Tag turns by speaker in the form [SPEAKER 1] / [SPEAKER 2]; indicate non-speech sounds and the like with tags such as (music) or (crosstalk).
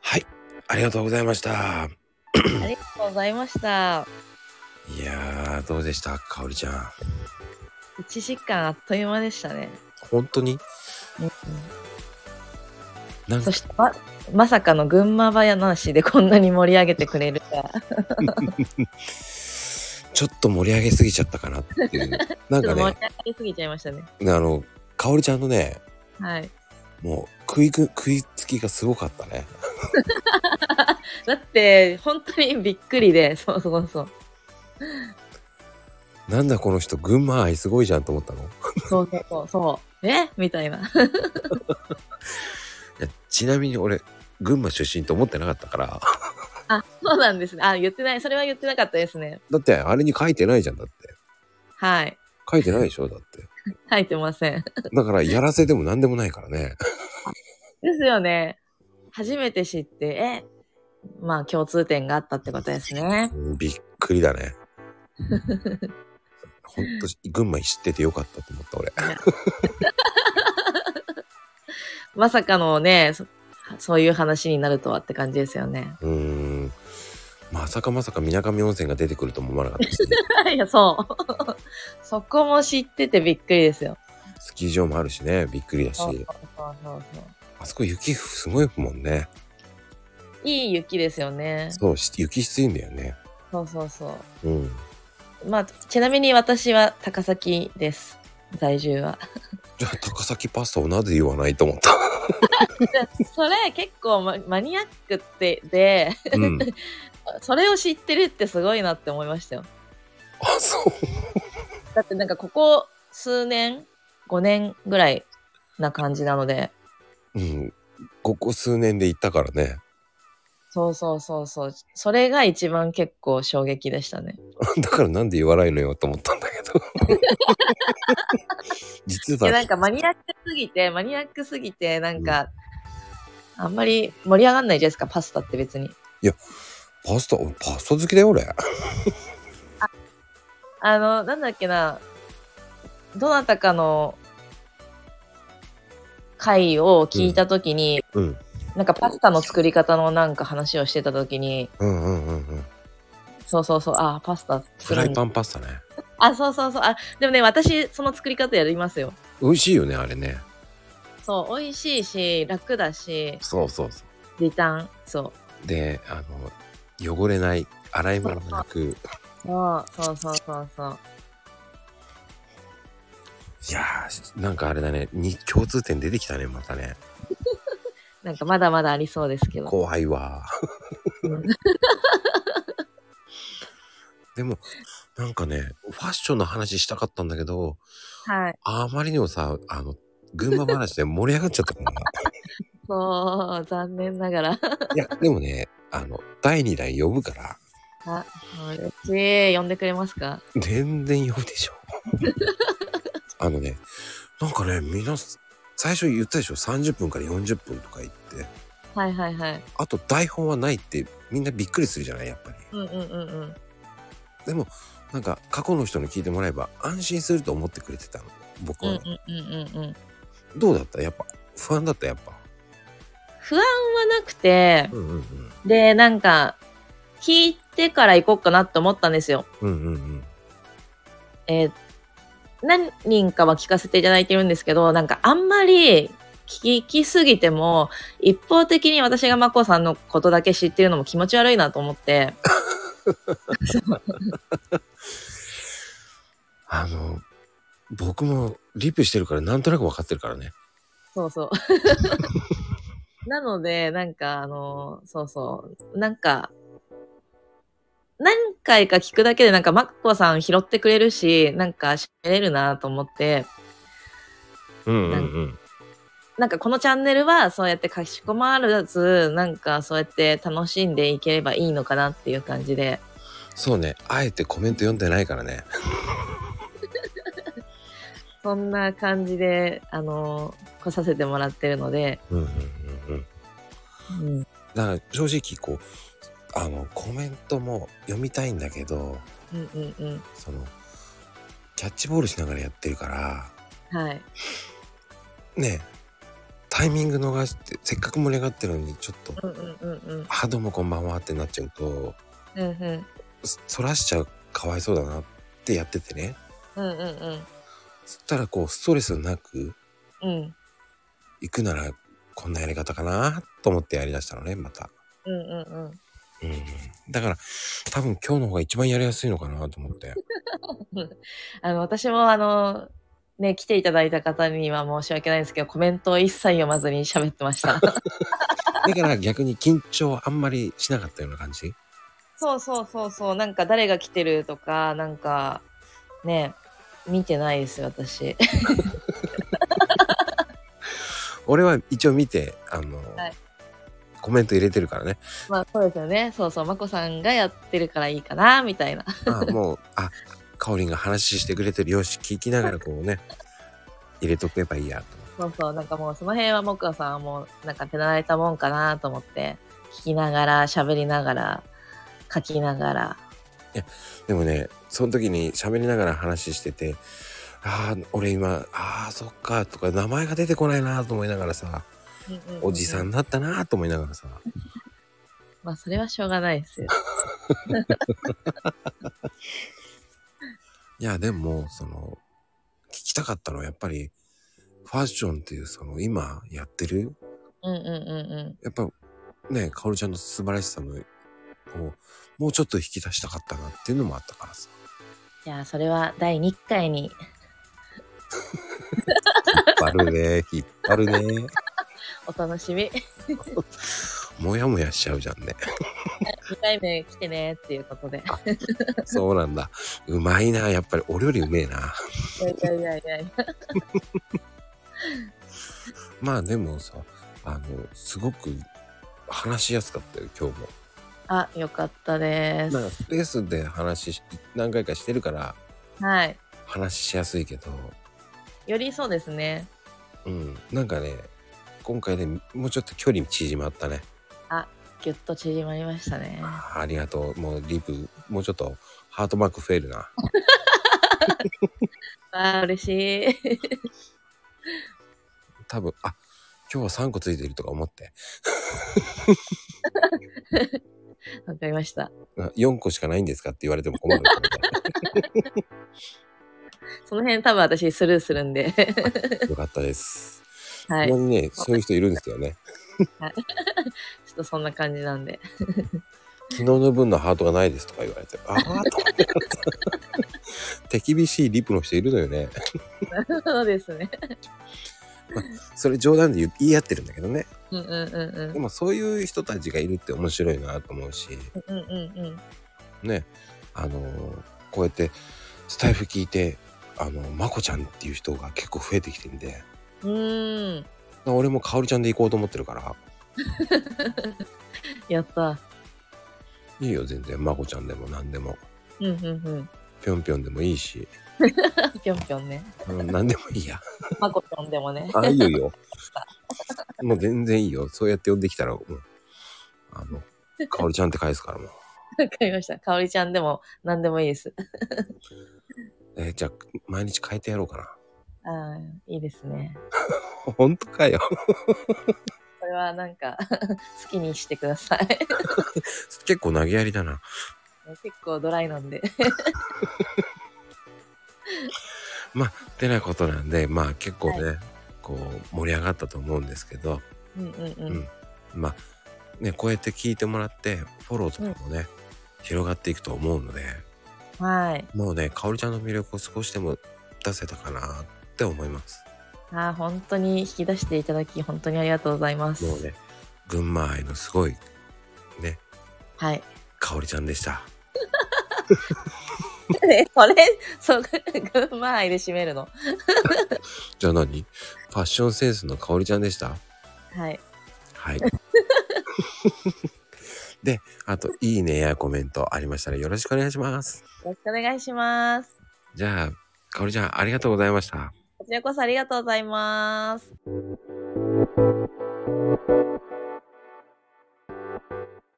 [SPEAKER 1] はい、ありがとうございました。
[SPEAKER 2] ありがとうございました。
[SPEAKER 1] いやどうでしたかおりちゃん。
[SPEAKER 2] 1時間あっという間でしたね。
[SPEAKER 1] 本当に、うん
[SPEAKER 2] なんそしてままさかの群馬話でこんなに盛り上げてくれるか
[SPEAKER 1] ちょっと盛り上げすぎちゃったかなって
[SPEAKER 2] (laughs)
[SPEAKER 1] いうなんかね
[SPEAKER 2] 盛り上げすぎちゃいましたねあ
[SPEAKER 1] のかおりちゃんのね
[SPEAKER 2] はい
[SPEAKER 1] もう食いく食いつきがすごかったね
[SPEAKER 2] だって本当にびっくりでそうそうそう
[SPEAKER 1] なんだこの人群馬愛すごいじゃんと思ったの
[SPEAKER 2] そうそうそうそうえみたいな (laughs)
[SPEAKER 1] ちなみに俺群馬出身と思ってなかったから
[SPEAKER 2] あそうなんですねあ言ってないそれは言ってなかったですね
[SPEAKER 1] だってあれに書いてないじゃんだって
[SPEAKER 2] はい
[SPEAKER 1] 書いてないでしょだって
[SPEAKER 2] 書いてません
[SPEAKER 1] だからやらせでも何でもないからね
[SPEAKER 2] ですよね初めて知ってえまあ共通点があったってことですね
[SPEAKER 1] びっくりだねほんと群馬知っててよかったと思った俺
[SPEAKER 2] (laughs) まさかのねそ、そういう話になるとはって感じですよね。
[SPEAKER 1] うん。まさかまさか水上温泉が出てくるとも思わなかったです、
[SPEAKER 2] (laughs) ね、いや、そう。 (laughs) そこも知っててびっくりですよ。
[SPEAKER 1] スキー場もあるしね、びっくりだし。そうそうそうそうあそこ雪すごいもんね。
[SPEAKER 2] いい雪ですよね。
[SPEAKER 1] そう、雪質いんだよね。。
[SPEAKER 2] そうそうそう
[SPEAKER 1] うん。
[SPEAKER 2] まあ、ちなみに私は高崎です。在住は。
[SPEAKER 1] じゃあ高崎パスタをなぜ言わないと思った
[SPEAKER 2] (laughs) それ結構ママニアックってで、うん、 (laughs) それを知ってるってすごいなって思いましたよ。
[SPEAKER 1] あそう
[SPEAKER 2] だってなんかここ数年5年ぐらいな感じなので。
[SPEAKER 1] うんここ数年で行ったからね。 (laughs)
[SPEAKER 2] そうそうそうそうそれが一番結構衝撃でしたね。
[SPEAKER 1] だからなんで言わないのよと思ったんだけど。実は。
[SPEAKER 2] なんかマニアックすぎて、マニアックすぎて、なんか、うん、あんまり盛り上がんないじゃないですか、パスタって別に。
[SPEAKER 1] いや、パスタ、パスタ好きだよ、俺。
[SPEAKER 2] ああの、なんだっけな、どなたかの回を聞いたときに、
[SPEAKER 1] うんうん、
[SPEAKER 2] なんかパスタの作り方のなんか話をしてたときに、
[SPEAKER 1] うんうんうんうん。
[SPEAKER 2] そうそうそう、あ、パスタ
[SPEAKER 1] フライパンパスタね。
[SPEAKER 2] あ、そうそうそう。あ、でもね、私、その作り方やりますよ。
[SPEAKER 1] 美味しいよね、あれね。
[SPEAKER 2] そう、美味しいし、楽だし。。
[SPEAKER 1] そうそうそう。
[SPEAKER 2] 時短、そう
[SPEAKER 1] で、あの、汚れない、洗い物もなく。
[SPEAKER 2] そうそうそうそうそう。
[SPEAKER 1] いやー、なんかあれだね、に共通点出てきたね、またね。
[SPEAKER 2] なんかまだまだありそうですけど。
[SPEAKER 1] 怖いわ。でも、なんかね、ファッションの話したかったんだけど、
[SPEAKER 2] はい。あ
[SPEAKER 1] まりにもさ、あの、群馬話で盛り上がっちゃった (laughs) から
[SPEAKER 2] な。そう、残念ながら。い
[SPEAKER 1] や、でもね、あの、第2弾呼ぶから。
[SPEAKER 2] あ、嬉しい。呼んでくれますか
[SPEAKER 1] 全然呼ぶでし (laughs) ょ。あのね、なんかね、みんな、最初言ったでしょ ?30 分から40分とか言って。
[SPEAKER 2] はいはいはい。
[SPEAKER 1] あと台本はないってみんなびっくりするじゃないやっぱり。
[SPEAKER 2] うんうんうんうん。
[SPEAKER 1] でもなんか過去の人に聞いてもらえば安心すると思ってくれてたの僕は、どうだったやっぱ不安だったやっぱ
[SPEAKER 2] 不安はなくて、
[SPEAKER 1] うんうんうん、
[SPEAKER 2] でなんか聞いてから行こうかなと思ったんですよ、
[SPEAKER 1] うんうんうん、
[SPEAKER 2] えー、何人かは聞かせていただいてるんですけどなんかあんまり聞きすぎても一方的に私がまこさんのことだけ知ってるのも気持ち悪いなと思って
[SPEAKER 1] あの僕もリプしてるからなんとなく分かってるからね
[SPEAKER 2] そうそう (laughs) なのでなんかあのそうそうなんか何回か聞くだけでなんかマッコさん拾ってくれるしなんか喋れるなと思って
[SPEAKER 1] うんうんうん
[SPEAKER 2] なんかこのチャンネルはそうやってかしこまらずなんかそうやって楽しんでいければいいのかなっていう感じで
[SPEAKER 1] そうねあえてコメント読んでないからね
[SPEAKER 2] そんな感じであのー、来させてもらってるので
[SPEAKER 1] うんうんうんうん、うん、だから正直こうあのコメントも読みたいんだけど
[SPEAKER 2] うんうんうん
[SPEAKER 1] そのキャッチボールしながらやってるから
[SPEAKER 2] はい。
[SPEAKER 1] ねタイミング逃してせっかく盛り上がってるのにちょっと
[SPEAKER 2] うんうんうんうん
[SPEAKER 1] 「あどうもこんばんは」ってなっちゃうと
[SPEAKER 2] うんうん
[SPEAKER 1] そそらしちゃうかわいそうだなってやっててね
[SPEAKER 2] うんうんうん
[SPEAKER 1] そしたらこうストレスなく
[SPEAKER 2] うん
[SPEAKER 1] 行くならこんなやり方かなと思ってやりだしたのねまた。
[SPEAKER 2] うんうんうん
[SPEAKER 1] うん、だから多分今日の方が一番やりやすいのかなと思って。
[SPEAKER 2] あの、私もあの、ね、来ていただいた方には申し訳ないんですけど、コメントを一切読まずに喋ってま
[SPEAKER 1] (laughs)
[SPEAKER 2] した。
[SPEAKER 1] だから逆に緊張あんまりしなかったような感じ
[SPEAKER 2] そうそうそうそう、なんか誰が来てるとか、なんか、ね、見てないです
[SPEAKER 1] (laughs)
[SPEAKER 2] よ、私。
[SPEAKER 1] 俺は一応見てあの、
[SPEAKER 2] はい
[SPEAKER 1] コメント入れてるから
[SPEAKER 2] (laughs)
[SPEAKER 1] ね
[SPEAKER 2] まあ、そうですよね。そうそう、まこさんがやってるからいいかな、みたいな。
[SPEAKER 1] あもうあかおりんが話してくれてるよし聞きながらこう
[SPEAKER 2] (laughs)
[SPEAKER 1] ね入れとけばいいやと思って
[SPEAKER 2] そうそう、なんかもうその辺はもこさんはもう、なんか手慣れたもんかなと思って、聞きながら、喋りながら、書きながら。
[SPEAKER 1] でもねその時に喋りながら話しててあー俺今あーそっかとか名前が出てこないなと思いながらさおじさんだったなと思いながらさ
[SPEAKER 2] まあ、それはしょうがないですよ。
[SPEAKER 1] いやでもその聞きたかったのはやっぱりファッションっていうその今やってる
[SPEAKER 2] うんうんうんうん。
[SPEAKER 1] やっぱね、かおるちゃんの素晴らしさのをもうちょっと引き出したかったなっていうのもあったからさ。
[SPEAKER 2] じゃあ、それは第2回に。
[SPEAKER 1] 引っ張るね、引っ張るね。
[SPEAKER 2] お楽し (laughs) み。
[SPEAKER 1] もやもやしちゃうじゃんね。
[SPEAKER 2] 2回目来てねっていうことで。
[SPEAKER 1] そうなんだ。うまいな、やっぱり俺よりうめえな。
[SPEAKER 2] いやいやいやいや。
[SPEAKER 1] まあでもさ、あの、すごく話しやすかったよ、今日も。
[SPEAKER 2] (laughs) あ、よかったです。
[SPEAKER 1] なんかスペースで話し、何回かしてるから
[SPEAKER 2] はい。
[SPEAKER 1] 話しやすいけど、
[SPEAKER 2] よりそうですね。
[SPEAKER 1] うん、なんかね、今回でもうちょっと距離縮まったね。
[SPEAKER 2] ぎゅっと縮まりましたね。
[SPEAKER 1] あーありがとう。もうリプ、もうちょっとハートマーク増えるな。
[SPEAKER 2] あー、嬉しい。 (laughs)
[SPEAKER 1] 多分、あ、今日は3個ついてるとか思って。
[SPEAKER 2] わかりました。
[SPEAKER 1] 4個しかないんですかって言われても困るから
[SPEAKER 2] その辺多分私スルーするんで。 (laughs)
[SPEAKER 1] ねよかったです。
[SPEAKER 2] は
[SPEAKER 1] た
[SPEAKER 2] い。
[SPEAKER 1] ま
[SPEAKER 2] ちょ
[SPEAKER 1] にね、そういう人いるんですよね。
[SPEAKER 2] っとそんな感じなんで。 (laughs)
[SPEAKER 1] 昨日の分のハートがないですとか言われて、あーと思って。手厳しいリプの人いるのよね。
[SPEAKER 2] そうですね。
[SPEAKER 1] それ冗談で言う言い合ってるんだけどね。
[SPEAKER 2] うんうんうん
[SPEAKER 1] でもそういう人たちがいるって面白いなと思うし、
[SPEAKER 2] うん。うんうんうん。
[SPEAKER 1] ね、あのーこうやってスタイフ聞いて、あのまこちゃんっていう人が結構増えてきてるんで、
[SPEAKER 2] うーん。
[SPEAKER 1] 俺もかおりちゃんで行こうと思ってるから、
[SPEAKER 2] やった。
[SPEAKER 1] いいよ、全然。まこちゃんでも何でも。
[SPEAKER 2] うんうんうん。 (laughs)
[SPEAKER 1] ぴょんぴょんでもいいし。
[SPEAKER 2] ぴょんぴょんね。
[SPEAKER 1] うん何でもいいや。
[SPEAKER 2] まこぴょんでもね。
[SPEAKER 1] あ、いいよいいよ。もう全然いいよ。そうやって呼んできたら、もう、あの、かおりちゃんって返すからもう。
[SPEAKER 2] わかりました。かおりちゃんでも何でもいいです。
[SPEAKER 1] えーじゃあ、毎日変えてやろうかな。
[SPEAKER 2] あーいいですね。
[SPEAKER 1] ほんとかよ。
[SPEAKER 2] これはなんか (laughs) 好きにしてください。 (laughs)
[SPEAKER 1] 結構投げやりだな。
[SPEAKER 2] 結構ドライなんで。 (laughs)
[SPEAKER 1] ってなことなんで、まあ結構ね、こう、盛り上がったと思うんですけど、
[SPEAKER 2] うんうんう
[SPEAKER 1] うんん。まあ、ね、こうやって聞いてもらって、フォローとかもね、広がっていくと思うので、
[SPEAKER 2] はい。
[SPEAKER 1] もうね、かおりちゃんの魅力を少しでも出せたかなって思います。
[SPEAKER 2] あー本当に引き出していただき、本当にありがとうございます。
[SPEAKER 1] もうね、群馬愛のすごい、ね、
[SPEAKER 2] はい。 (laughs)
[SPEAKER 1] かおりちゃんでした。
[SPEAKER 2] えそれ、 (laughs) そう、群馬愛で締めるの。
[SPEAKER 1] じゃあ何ファッションセンスのかおりちゃんでした
[SPEAKER 2] はい。
[SPEAKER 1] (laughs) はい。で、あと、いいねやコメントありましたらよろしくお願いします。
[SPEAKER 2] よろしくお願いします。
[SPEAKER 1] じゃあ、かおりちゃんありがとうございました。
[SPEAKER 2] こちらこそありがとうございます。